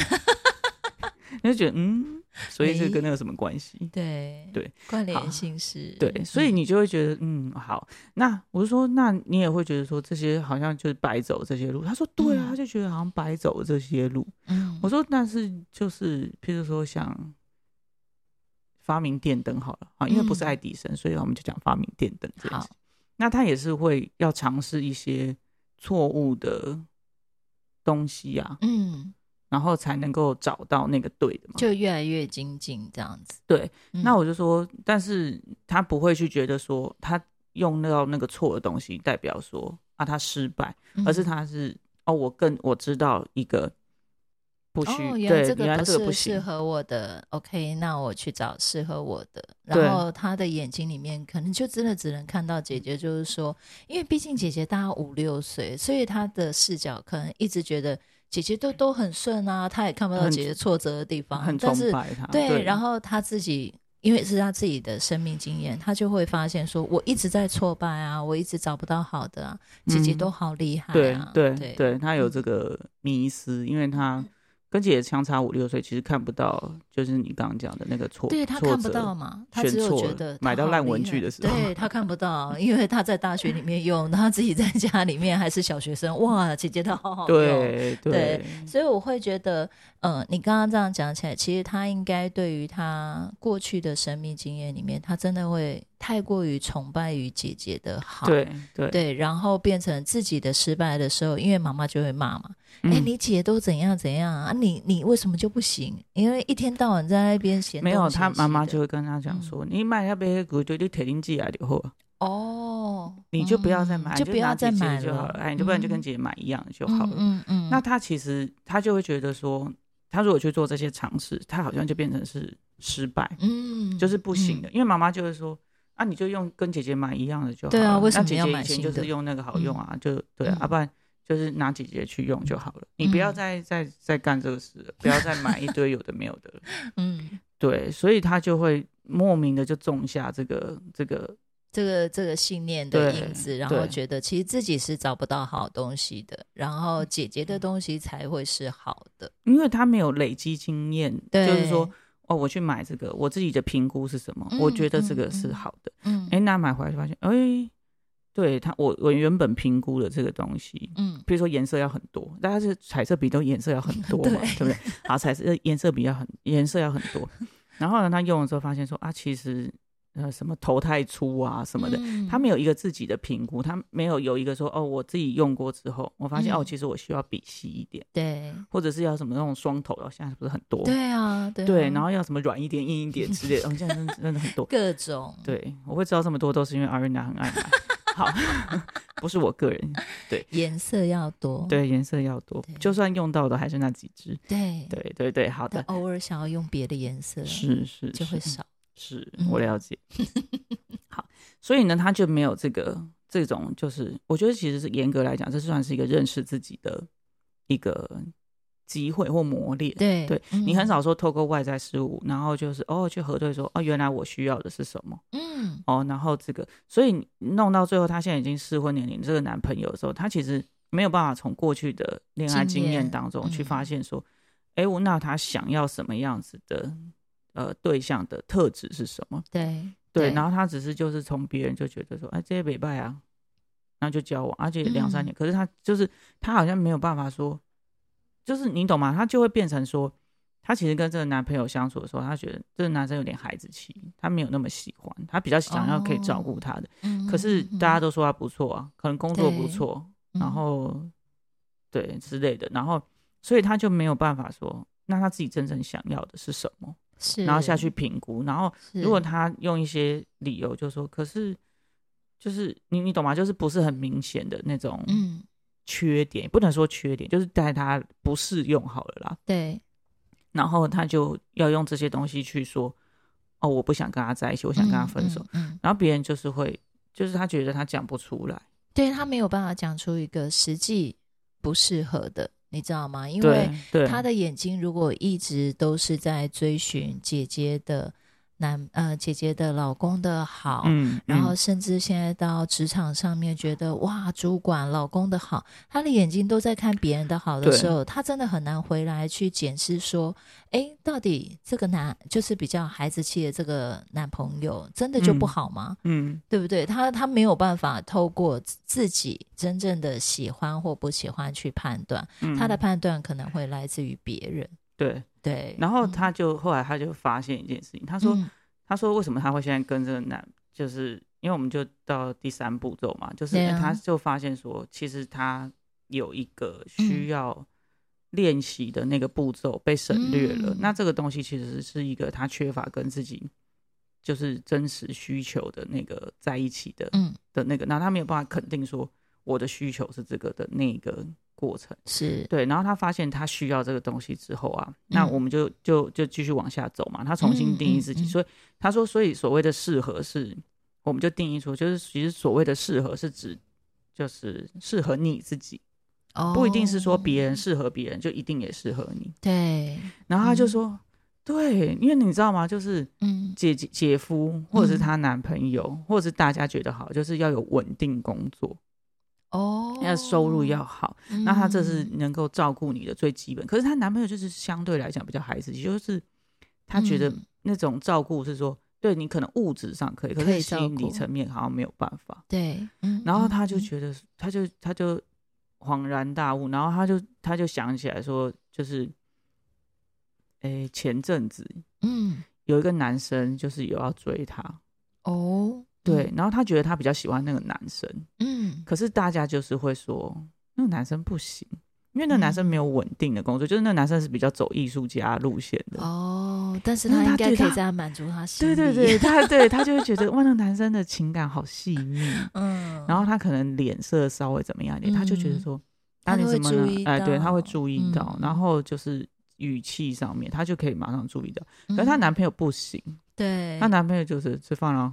[SPEAKER 1] 你就觉得嗯，所以这
[SPEAKER 2] 诶
[SPEAKER 1] 跟那个什么关系？
[SPEAKER 2] 对
[SPEAKER 1] 对，
[SPEAKER 2] 关联
[SPEAKER 1] 好
[SPEAKER 2] 性是，
[SPEAKER 1] 对，所以
[SPEAKER 2] 嗯
[SPEAKER 1] 你就会觉得，嗯，好，那我就说，那你也会觉得说这些好像就是白走这些路。他说对啊，
[SPEAKER 2] 嗯
[SPEAKER 1] 他就觉得好像白走这些路。
[SPEAKER 2] 嗯，
[SPEAKER 1] 我说，但是就是，譬如说像发明电灯好了啊，因为不是
[SPEAKER 2] 嗯
[SPEAKER 1] 爱迪生，所以我们就讲发明电灯这件
[SPEAKER 2] 好
[SPEAKER 1] 事情。那他也是会要尝试一些错误的东西啊，
[SPEAKER 2] 嗯，
[SPEAKER 1] 然后才能够找到那个对的嘛。
[SPEAKER 2] 就越来越精进这样子，
[SPEAKER 1] 对
[SPEAKER 2] 嗯，
[SPEAKER 1] 那我就说，但是他不会去觉得说他用到那个错的东西代表说啊他失败，而是
[SPEAKER 2] 嗯
[SPEAKER 1] 他是哦，我更我知道一个不需、
[SPEAKER 2] 哦，原来
[SPEAKER 1] 对，
[SPEAKER 2] 这个
[SPEAKER 1] 原来
[SPEAKER 2] 不
[SPEAKER 1] 这个不
[SPEAKER 2] 是
[SPEAKER 1] 行
[SPEAKER 2] 适。合我的，OK，那我去找适合我的。
[SPEAKER 1] 对
[SPEAKER 2] 然后他的眼睛里面可能就真的只能看到姐姐，就是说，因为毕竟姐姐大概五六岁，所以她的视角可能一直觉得姐姐都都很顺啊，她也看不到
[SPEAKER 1] 很
[SPEAKER 2] 姐姐挫折的地方，
[SPEAKER 1] 很崇
[SPEAKER 2] 但是
[SPEAKER 1] 拜他，
[SPEAKER 2] 对，
[SPEAKER 1] 对，
[SPEAKER 2] 然后他自己。因为是他自己的生命经验，他就会发现说，我一直在挫败啊，我一直找不到好的啊，姐姐
[SPEAKER 1] 嗯
[SPEAKER 2] 都好厉害
[SPEAKER 1] 对
[SPEAKER 2] 啊，
[SPEAKER 1] 对
[SPEAKER 2] 对嗯
[SPEAKER 1] 对，他有这个迷思，因为他跟姐姐相差五六岁，其实看不到，就是你刚刚讲的那个挫，
[SPEAKER 2] 对他
[SPEAKER 1] 挫
[SPEAKER 2] 看不
[SPEAKER 1] 折
[SPEAKER 2] 到嘛，他
[SPEAKER 1] 选
[SPEAKER 2] 只有
[SPEAKER 1] 错
[SPEAKER 2] 觉
[SPEAKER 1] 了
[SPEAKER 2] 得
[SPEAKER 1] 买
[SPEAKER 2] 他
[SPEAKER 1] 到
[SPEAKER 2] 好
[SPEAKER 1] 烂
[SPEAKER 2] 厉
[SPEAKER 1] 文
[SPEAKER 2] 害
[SPEAKER 1] 具的时候
[SPEAKER 2] 对他看不到，因为他在大学里面用，他自己在家里面还是小学生，哇，姐姐她好好用。
[SPEAKER 1] 对对
[SPEAKER 2] 所以我会觉得，呃，你刚刚这样讲起来，其实他应该对于他过去的生命经验里面，他真的会太过于崇拜于姐姐的好，
[SPEAKER 1] 对对
[SPEAKER 2] 对，然后变成自己的失败的时候，因为妈妈就会骂嘛，哎、
[SPEAKER 1] 嗯
[SPEAKER 2] 你姐都怎样怎样啊，你你为什么就不行？因为一天到晚在那边嫌
[SPEAKER 1] 没有
[SPEAKER 2] 东嫌
[SPEAKER 1] 他妈
[SPEAKER 2] 西嗯
[SPEAKER 1] 妈
[SPEAKER 2] 的
[SPEAKER 1] 就会跟他讲说，你买那杯骨对，你铁定寄来就好了，
[SPEAKER 2] 哦，
[SPEAKER 1] 你就不要再买，
[SPEAKER 2] 嗯就不要
[SPEAKER 1] 拿
[SPEAKER 2] 再
[SPEAKER 1] 姐姐
[SPEAKER 2] 买
[SPEAKER 1] 就好了，哎，你就不然就跟姐姐买一样就
[SPEAKER 2] 姐
[SPEAKER 1] 好了。
[SPEAKER 2] 嗯嗯，
[SPEAKER 1] 那他其实他就会觉得说，他如果去做这些尝试，他好像就变成是失败，
[SPEAKER 2] 嗯
[SPEAKER 1] 就是不行的，因为妈妈就会说。啊，你就用跟姐姐买一样的就好
[SPEAKER 2] 对啊
[SPEAKER 1] 了
[SPEAKER 2] 为什
[SPEAKER 1] 那
[SPEAKER 2] 么
[SPEAKER 1] 姐
[SPEAKER 2] 要
[SPEAKER 1] 姐
[SPEAKER 2] 买
[SPEAKER 1] 以前
[SPEAKER 2] 新
[SPEAKER 1] 就
[SPEAKER 2] 的
[SPEAKER 1] 是用那个好用啊，就对啊，
[SPEAKER 2] 嗯
[SPEAKER 1] 啊不然就是拿姐姐去用就好了。你不要
[SPEAKER 2] 嗯
[SPEAKER 1] 再再再干这个事了，不要再买一堆有的没有的了。
[SPEAKER 2] 嗯。嗯
[SPEAKER 1] 对，所以他就会莫名的就种下这个这个，
[SPEAKER 2] 这个这个信念的
[SPEAKER 1] 对
[SPEAKER 2] 因子，然后
[SPEAKER 1] 对
[SPEAKER 2] 觉得其实自己是找不到好东西的，然后姐姐的东西才会是好的。
[SPEAKER 1] 因为他没有累积经验，就
[SPEAKER 2] 对，
[SPEAKER 1] 是说，哦，我去买这个，我自己的评估是什么？我
[SPEAKER 2] 嗯
[SPEAKER 1] 觉得这
[SPEAKER 2] 嗯
[SPEAKER 1] 个是
[SPEAKER 2] 嗯
[SPEAKER 1] 好的。
[SPEAKER 2] 嗯，
[SPEAKER 1] 哎、那买回来就发现，哎、对它，我我原本评估的这个东西，
[SPEAKER 2] 嗯，
[SPEAKER 1] 比如说颜色要很多，大家是彩色笔都颜色要很多嘛，
[SPEAKER 2] 对
[SPEAKER 1] 对不对？好，彩色颜色笔要很颜色要很 多，然后呢，他用的时候发现说啊，其实呃什么头太粗啊什么的，
[SPEAKER 2] 嗯
[SPEAKER 1] 他没有一个自己的评估，他没有有一个说哦，我自己用过之后，我发现、
[SPEAKER 2] 嗯
[SPEAKER 1] 哦，其实我需要笔细一点，
[SPEAKER 2] 对
[SPEAKER 1] 或者是要什么那种双头的，现在是不是很多？
[SPEAKER 2] 对啊，对啊
[SPEAKER 1] 对，然后要什么软一点、硬一点之 类的，哦，现在真的真的很多。
[SPEAKER 2] 各种
[SPEAKER 1] 对，我会知道这么多都是因为 Arena 很爱买。好， 不是我个人，
[SPEAKER 2] 颜色要多，
[SPEAKER 1] 对颜色要多
[SPEAKER 2] 哦对，
[SPEAKER 1] 就算用到的还是那几支。
[SPEAKER 2] 对，
[SPEAKER 1] 对对对，好
[SPEAKER 2] 但
[SPEAKER 1] 的，
[SPEAKER 2] 偶尔想要用别的颜色，
[SPEAKER 1] 是是
[SPEAKER 2] 就会
[SPEAKER 1] 是
[SPEAKER 2] 少。
[SPEAKER 1] 是
[SPEAKER 2] 嗯
[SPEAKER 1] 我了解。 好，所以呢，他就没有这个这种，就是我觉得其实是严格来讲，这算是一个认识自己的一个机会或磨练。
[SPEAKER 2] 对
[SPEAKER 1] 对，你很
[SPEAKER 2] 嗯
[SPEAKER 1] 少说透过外在事物，然后就是哦去核对说哦，原来我需要的是什么
[SPEAKER 2] 嗯
[SPEAKER 1] 哦，然后这个，所以弄到最后，他现在已经适婚年龄，这个男朋友的时候，他其实没有办法从过去的恋爱
[SPEAKER 2] 经
[SPEAKER 1] 经验
[SPEAKER 2] 验
[SPEAKER 1] 当中去
[SPEAKER 2] 嗯
[SPEAKER 1] 发现说，哎、我那他想要什么样子的呃对象的特质是什么。
[SPEAKER 2] 对
[SPEAKER 1] 对，然后他只是就是从别人就觉得说，哎，这些北拜啊，然后就交往，而且两三年，
[SPEAKER 2] 嗯
[SPEAKER 1] 可是他就是他好像没有办法说，就是你懂吗？他就会变成说，他其实跟这个男朋友相处的时候，他觉得这个男生有点孩子气，他没有那么喜欢，他比较想要可以照顾他的。
[SPEAKER 2] 嗯
[SPEAKER 1] 可是
[SPEAKER 2] 嗯嗯
[SPEAKER 1] 大家都说他不错啊，可能工作不
[SPEAKER 2] 对
[SPEAKER 1] 错，
[SPEAKER 2] 嗯
[SPEAKER 1] 然后对之类的，然后所以他就没有办法说，那他自己真正想要的是什么，
[SPEAKER 2] 是，
[SPEAKER 1] 然后下去评估，然后
[SPEAKER 2] 是，
[SPEAKER 1] 如果他用一些理由就说，可是就是你你懂吗？就是不是很明显的那种
[SPEAKER 2] 嗯，
[SPEAKER 1] 缺点，不能说缺点，就是在他不适用好了啦。
[SPEAKER 2] 对，
[SPEAKER 1] 然后他就要用这些东西去说，哦，我不想跟他在一起，我
[SPEAKER 2] 我
[SPEAKER 1] 想跟他分手。，
[SPEAKER 2] 嗯，嗯
[SPEAKER 1] 然后别人就是会，就是他觉得他讲不出来，
[SPEAKER 2] 对他没有办法讲出一个实际不适合的，你知道吗？因为
[SPEAKER 1] 对对，
[SPEAKER 2] 他的眼睛如果一直都是在追寻姐姐的男呃姐姐的老公的好，
[SPEAKER 1] 嗯，
[SPEAKER 2] 然后
[SPEAKER 1] 嗯
[SPEAKER 2] 甚至现在到职场上面，觉得哇，主管老公的好，他的眼睛都在看别人的好的
[SPEAKER 1] 对
[SPEAKER 2] 时候，他真的很难回来去检视说，哎，到底这个男就是比较孩子气的这个男朋友，真的就
[SPEAKER 1] 嗯
[SPEAKER 2] 不好吗？
[SPEAKER 1] 嗯
[SPEAKER 2] 对不对？他他没有办法透过自自己真正的喜欢或不喜欢去判断，
[SPEAKER 1] 嗯
[SPEAKER 2] 他的判断可能会来自于别人。
[SPEAKER 1] 对，
[SPEAKER 2] 对，嗯
[SPEAKER 1] 然后他就后来他就发现一件事情，他
[SPEAKER 2] 他
[SPEAKER 1] 说他说为什么他会现在跟这个男，就是因为我们就到第三步骤嘛，就是
[SPEAKER 2] 对啊
[SPEAKER 1] 他就发现说，其实他有一个
[SPEAKER 2] 嗯
[SPEAKER 1] 需要练习的那个步骤被省略了。
[SPEAKER 2] 嗯
[SPEAKER 1] 那这个东西其实是一个他缺乏跟自己就是真实需求的那个在一起的、
[SPEAKER 2] 嗯
[SPEAKER 1] 的那个，那他没有办法肯定说我的需求是这个的那个过程。
[SPEAKER 2] 是
[SPEAKER 1] 对，然后他发现他需要这个东西之后啊，那
[SPEAKER 2] 嗯
[SPEAKER 1] 我们就就就继续往下走嘛。他重新定义自己，
[SPEAKER 2] 嗯嗯嗯
[SPEAKER 1] 所以他说，所以所谓的适合是，我们就定义出，就是其实所谓的适合是指，就是适合你自己，
[SPEAKER 2] 哦，
[SPEAKER 1] 不一定是说别人适合别人就一定也适合你。
[SPEAKER 2] 对，
[SPEAKER 1] 然后他就
[SPEAKER 2] 嗯
[SPEAKER 1] 说，对，因为你知道吗？就是
[SPEAKER 2] 嗯
[SPEAKER 1] 姐姐姐夫或者是
[SPEAKER 2] 嗯
[SPEAKER 1] 她男朋友，或者是大家觉得好，就是要有稳定工作，
[SPEAKER 2] 哦，
[SPEAKER 1] 要收入要好。
[SPEAKER 2] 嗯，
[SPEAKER 1] 那她这是能够照顾你的最基本。可是她男朋友就是相对来讲比较孩子气，就是他觉得
[SPEAKER 2] 嗯
[SPEAKER 1] 那种照顾是说，对你可能物质上可以，可
[SPEAKER 2] 可
[SPEAKER 1] 是
[SPEAKER 2] 以
[SPEAKER 1] 心
[SPEAKER 2] 照
[SPEAKER 1] 理
[SPEAKER 2] 顾
[SPEAKER 1] 层面好像没有办法。
[SPEAKER 2] 对，嗯
[SPEAKER 1] 然后她就
[SPEAKER 2] 嗯
[SPEAKER 1] 觉得，她就她就恍然大悟，然后她就她就想起来说，就是，诶，前阵子
[SPEAKER 2] 嗯
[SPEAKER 1] 有一个男生就是有要追她。
[SPEAKER 2] 哦，
[SPEAKER 1] 对，然后她觉得她比较喜欢那个男生，
[SPEAKER 2] 嗯，
[SPEAKER 1] 可是大家就是会说那个男生不行，因为那个男生没有稳定的工作，就是那个男生是比较走艺术家路线的。
[SPEAKER 2] 嗯哦，但是
[SPEAKER 1] 因为
[SPEAKER 2] 他应
[SPEAKER 1] 他
[SPEAKER 2] 该
[SPEAKER 1] 对
[SPEAKER 2] 可以
[SPEAKER 1] 他
[SPEAKER 2] 再满足他心
[SPEAKER 1] 对
[SPEAKER 2] 里，
[SPEAKER 1] 对对，他 对他就会觉得哇，那个男生的情感好细腻，
[SPEAKER 2] 嗯，
[SPEAKER 1] 然后他可能脸色稍微怎么样一点，
[SPEAKER 2] 嗯
[SPEAKER 1] 他就觉得说，
[SPEAKER 2] 他
[SPEAKER 1] 啊
[SPEAKER 2] 都
[SPEAKER 1] 你
[SPEAKER 2] 会
[SPEAKER 1] 怎么
[SPEAKER 2] 注意
[SPEAKER 1] 了？哎，对，
[SPEAKER 2] 到
[SPEAKER 1] 他会注意到，
[SPEAKER 2] 嗯
[SPEAKER 1] 然后就是语气上面，他就可以马上注意到。
[SPEAKER 2] 嗯，
[SPEAKER 1] 可是她男朋友不行，
[SPEAKER 2] 对
[SPEAKER 1] 她、男朋友就是吃饭了，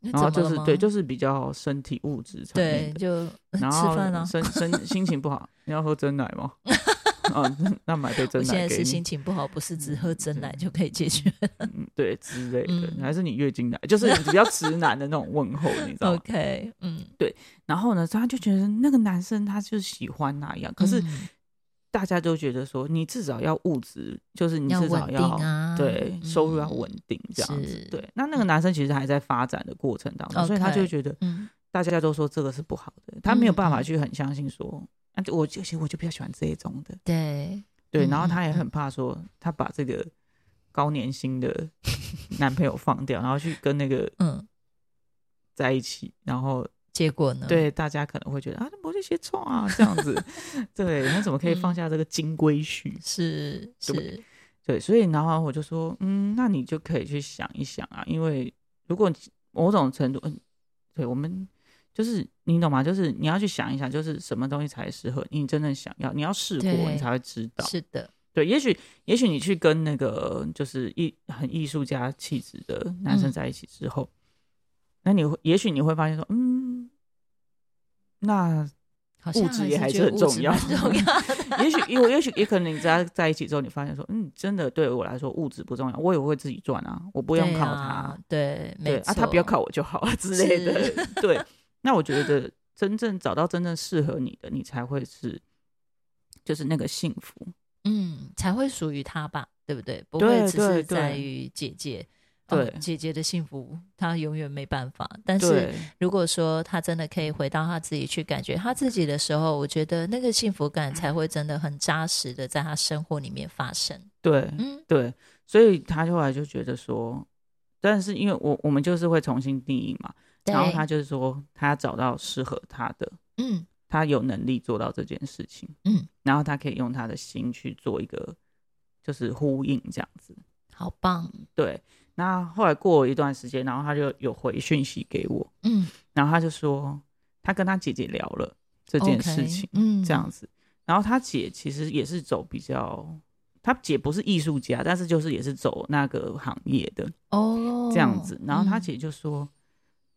[SPEAKER 2] 那
[SPEAKER 1] 然后
[SPEAKER 2] 怎
[SPEAKER 1] 就
[SPEAKER 2] 么了
[SPEAKER 1] 是
[SPEAKER 2] 吗
[SPEAKER 1] 对，就是比较身体物质层面
[SPEAKER 2] 对，
[SPEAKER 1] 的。
[SPEAKER 2] 就
[SPEAKER 1] 然
[SPEAKER 2] 吃饭
[SPEAKER 1] 后
[SPEAKER 2] 啊
[SPEAKER 1] 身身 心情不好，你要喝真奶 吗？啊，那那买杯
[SPEAKER 2] 我
[SPEAKER 1] 真
[SPEAKER 2] 现
[SPEAKER 1] 奶
[SPEAKER 2] 在
[SPEAKER 1] 给
[SPEAKER 2] 是
[SPEAKER 1] 你
[SPEAKER 2] 心，情不好，不是只喝真奶
[SPEAKER 1] 嗯
[SPEAKER 2] 就可以解决。
[SPEAKER 1] 嗯对之类的，
[SPEAKER 2] 嗯
[SPEAKER 1] 还是你月经来，就是 比较直男的那种问候，你知道吗？
[SPEAKER 2] OK，嗯，
[SPEAKER 1] 然后呢，他就觉得那个男生他就喜欢那样，可是
[SPEAKER 2] 嗯
[SPEAKER 1] 大家都觉得说，你至少要物质，就是你
[SPEAKER 2] 要
[SPEAKER 1] 至
[SPEAKER 2] 稳
[SPEAKER 1] 少
[SPEAKER 2] 定啊，
[SPEAKER 1] 对收入要
[SPEAKER 2] 嗯
[SPEAKER 1] 稳，定这样
[SPEAKER 2] 是嗯
[SPEAKER 1] 子。对，那那个男生其实还在发展的过程当中，
[SPEAKER 2] OK
[SPEAKER 1] 所以他就会觉得
[SPEAKER 2] 嗯，
[SPEAKER 1] 大家都说这个是不好的，他没有办
[SPEAKER 2] 嗯
[SPEAKER 1] 法
[SPEAKER 2] 嗯
[SPEAKER 1] 去很相信说，啊，我就其实我就比较喜欢这一种的。
[SPEAKER 2] 对，
[SPEAKER 1] 对，
[SPEAKER 2] 嗯
[SPEAKER 1] 然后她
[SPEAKER 2] 嗯
[SPEAKER 1] 也
[SPEAKER 2] 嗯
[SPEAKER 1] 很怕说，她把这个高年薪 的男朋友放掉，然后去跟那个
[SPEAKER 2] 嗯，
[SPEAKER 1] 在一起，然后
[SPEAKER 2] 结果呢？，
[SPEAKER 1] 对大家可能会觉得啊，我就写错啊这样 子，对，她怎么可以
[SPEAKER 2] 嗯
[SPEAKER 1] 放下这个金龟婿？
[SPEAKER 2] 是
[SPEAKER 1] 对不
[SPEAKER 2] 是，
[SPEAKER 1] 对，所以然后我就说，嗯，那你就可以去想一想啊，因为如果某种程度，嗯，对我们就是你懂吗？就是你要去想一想，就是什么东西才适合你真正想要，你要试过，
[SPEAKER 2] 对
[SPEAKER 1] 你才会知道。
[SPEAKER 2] 是的，
[SPEAKER 1] 对，也许也许你去跟那个就是艺很艺术家气质的男生
[SPEAKER 2] 嗯
[SPEAKER 1] 在一起之后，那你会也许你会发现说，嗯，那
[SPEAKER 2] 好像
[SPEAKER 1] 物质也还
[SPEAKER 2] 是
[SPEAKER 1] 是
[SPEAKER 2] 觉得
[SPEAKER 1] 很
[SPEAKER 2] 物
[SPEAKER 1] 重
[SPEAKER 2] 质
[SPEAKER 1] 要
[SPEAKER 2] 蛮重要 的。
[SPEAKER 1] 也许也也许也可能你在在一起之后，你发现说，嗯，真的对我来说物质不重要，我也会自己赚啊，我不
[SPEAKER 2] 不
[SPEAKER 1] 用靠他，，
[SPEAKER 2] 对，
[SPEAKER 1] 对
[SPEAKER 2] 没
[SPEAKER 1] 啊，他不要
[SPEAKER 2] 错
[SPEAKER 1] 靠我就好啊 之类
[SPEAKER 2] 是
[SPEAKER 1] 的，对。那我觉得真正找到真正适合你的，你才会是就是那个幸福。
[SPEAKER 2] 嗯，才会属于他吧？对不对？不
[SPEAKER 1] 对
[SPEAKER 2] 会只
[SPEAKER 1] 对
[SPEAKER 2] 是
[SPEAKER 1] 对
[SPEAKER 2] 在于姐姐，哦
[SPEAKER 1] 对
[SPEAKER 2] 姐姐的幸福，她永远没办法。但是
[SPEAKER 1] 对
[SPEAKER 2] 如果说她真的可以回到她自己去感觉她自己的时候，我觉得那个幸福感
[SPEAKER 1] 嗯
[SPEAKER 2] 才会真的很扎实的在她生活里面发生。
[SPEAKER 1] 对
[SPEAKER 2] 嗯，
[SPEAKER 1] 对，所以他后来就觉得说，但是因为我我们就是会重新定义嘛，
[SPEAKER 2] 嗯对
[SPEAKER 1] 然后他就是说他找到适合他的，
[SPEAKER 2] 嗯
[SPEAKER 1] 他有能力做到这件事情，
[SPEAKER 2] 嗯，
[SPEAKER 1] 然后他可以用他的心去做一个就是呼应这样子。
[SPEAKER 2] 好棒，
[SPEAKER 1] 对，那后来过了一段时间，然后他就有回讯息给我，
[SPEAKER 2] 嗯，
[SPEAKER 1] 然后他就说他跟他姐姐聊了这件事
[SPEAKER 2] OK，
[SPEAKER 1] 情
[SPEAKER 2] 嗯，
[SPEAKER 1] 这样子。然后他姐其实也是走比较，他姐不是艺术家，但是就是也是走那个行业的
[SPEAKER 2] 哦，
[SPEAKER 1] 这样子。然后他
[SPEAKER 2] 嗯
[SPEAKER 1] 姐就说，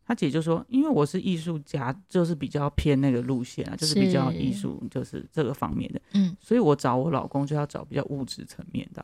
[SPEAKER 1] 他姐就说，因为我是艺术家，就是比较偏那个路线啊，就是比较艺
[SPEAKER 2] 是
[SPEAKER 1] 术，就是这个方面的，
[SPEAKER 2] 嗯
[SPEAKER 1] 所以我找我老公就要找比较物质层面的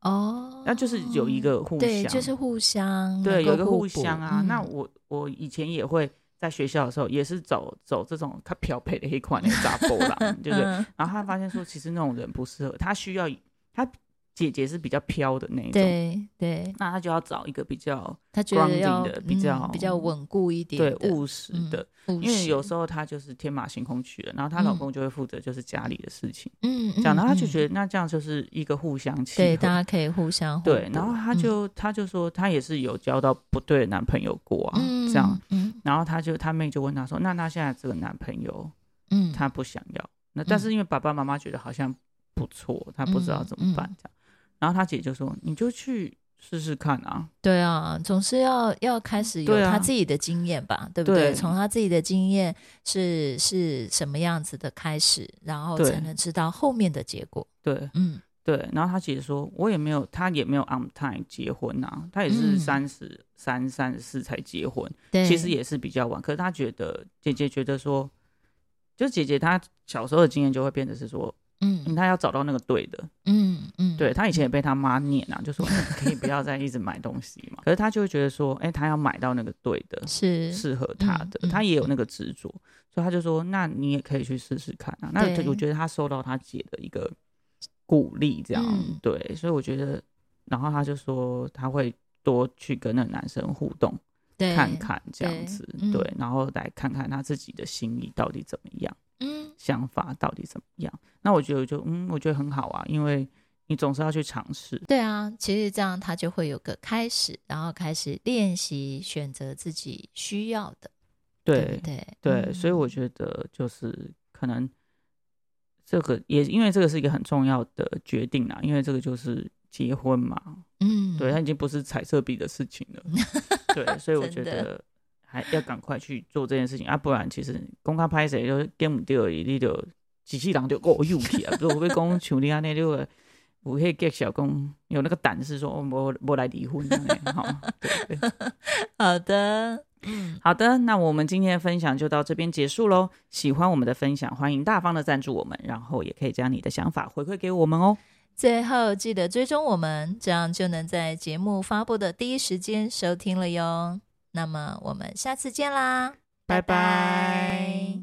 [SPEAKER 1] 啊、
[SPEAKER 2] 哦，
[SPEAKER 1] 那就是有一个互相，
[SPEAKER 2] 对，就是互相
[SPEAKER 1] 对，
[SPEAKER 2] 能
[SPEAKER 1] 有一
[SPEAKER 2] 够
[SPEAKER 1] 个互
[SPEAKER 2] 补
[SPEAKER 1] 相啊。那
[SPEAKER 2] 嗯
[SPEAKER 1] 我我以前也会在学校的时候，也是走走这种他漂配的黑款的杂波啦， 对不对？
[SPEAKER 2] 嗯
[SPEAKER 1] 然后他发现说，其实那种人不适合，他需要他姐姐是比较飘的那一种，
[SPEAKER 2] 对对，
[SPEAKER 1] 那他就要找一个比较
[SPEAKER 2] 他觉得
[SPEAKER 1] grounding
[SPEAKER 2] 要
[SPEAKER 1] 的比较
[SPEAKER 2] 嗯比较稳固一点
[SPEAKER 1] 对
[SPEAKER 2] 的，
[SPEAKER 1] 务实的，
[SPEAKER 2] 嗯，
[SPEAKER 1] 因为有时
[SPEAKER 2] 候
[SPEAKER 1] 候她就是天马行空去了，然后她老
[SPEAKER 2] 嗯
[SPEAKER 1] 公就会负责就是家里的事情，
[SPEAKER 2] 嗯，
[SPEAKER 1] 这样，然后她就
[SPEAKER 2] 得
[SPEAKER 1] 觉得那这样就是一个互相契合。
[SPEAKER 2] 对，大家可以互相互
[SPEAKER 1] 对
[SPEAKER 2] 补
[SPEAKER 1] 然后她
[SPEAKER 2] 嗯
[SPEAKER 1] 就她就说她也是有交到不对的男朋友过啊，
[SPEAKER 2] 嗯
[SPEAKER 1] 这样，
[SPEAKER 2] 嗯
[SPEAKER 1] 然后她就她妹就问她说：“那她现在这个男朋友，
[SPEAKER 2] 嗯，
[SPEAKER 1] 她不想要，那但是因为爸爸妈妈觉得好像不错，她不知道怎么办
[SPEAKER 2] 嗯
[SPEAKER 1] 这样。”然后她姐就说：“你就去试试看啊。
[SPEAKER 2] 对啊，总是要要开始有
[SPEAKER 1] 对啊
[SPEAKER 2] 他自己的经验吧，对不对？
[SPEAKER 1] 对
[SPEAKER 2] 从他自己的经验是是什么样子的开始，然后
[SPEAKER 1] 对
[SPEAKER 2] 才能知道后面的结果。”
[SPEAKER 1] 对
[SPEAKER 2] 嗯，
[SPEAKER 1] 对，然后她姐说：“我也没有，她也没有 on time 结婚啊，她也
[SPEAKER 2] 嗯
[SPEAKER 1] 是三十三、三十四才结婚，
[SPEAKER 2] 对，
[SPEAKER 1] 其实也是比较晚。可是她觉得姐姐觉得说，就姐姐她小时候的经验就会变得是说，嗯
[SPEAKER 2] 嗯
[SPEAKER 1] 她要找到那个对的，
[SPEAKER 2] 嗯嗯，
[SPEAKER 1] 对他以前也被他妈念啊，就说哎你可以不要再一直买东西 嘛。可是他就会觉得说，哎、他要买到那个对的，
[SPEAKER 2] 是
[SPEAKER 1] 适合他的，
[SPEAKER 2] 嗯嗯
[SPEAKER 1] 他也有那个执着，所以他就说，那你也可以去试试看啊。那
[SPEAKER 2] 对
[SPEAKER 1] 我觉得他受到他姐的一个鼓励，这样、
[SPEAKER 2] 嗯
[SPEAKER 1] 对，所以我觉得，然后他就说他会多去跟那个男生互动，
[SPEAKER 2] 对
[SPEAKER 1] 看看这样
[SPEAKER 2] 对
[SPEAKER 1] 子，
[SPEAKER 2] 嗯
[SPEAKER 1] 对，然后来看看他自己的心意到底怎么样。
[SPEAKER 2] 嗯
[SPEAKER 1] 想法到底怎么样。那我觉得就嗯，我觉得很好啊，因为你总是要去尝试。
[SPEAKER 2] 对啊，其实这样他就会有个开始，然后开始练习选择自己需要的，对
[SPEAKER 1] 对
[SPEAKER 2] 不对？
[SPEAKER 1] 对
[SPEAKER 2] 嗯
[SPEAKER 1] 所以我觉得就是可能这个也因为这个是一个很重要的决定啊，因为这个就是结婚嘛，
[SPEAKER 2] 嗯，
[SPEAKER 1] 对，它已经不是彩色笔的事情 了。对，所以我觉
[SPEAKER 2] 真的
[SPEAKER 1] 得。还要赶快去做这件事情啊，不然其实公开拍谁就是 game 掉而已，你就机器人就够幼气 啊。如果被讲像你安尼，你会有迄个小公有那个胆识说，哦我我来离婚这样欸，好，对对。
[SPEAKER 2] 好的，
[SPEAKER 1] 好的，那我们今天的分享就到这边结束喽。喜欢我们的分享，欢迎大方的赞助我们，然后也可以将你的想法回馈给我们哦。
[SPEAKER 2] 最后记得追踪我们，这样就能在节目发布的第一时间收听了哟。那么我们下次见啦，
[SPEAKER 1] 拜
[SPEAKER 2] 拜
[SPEAKER 1] 拜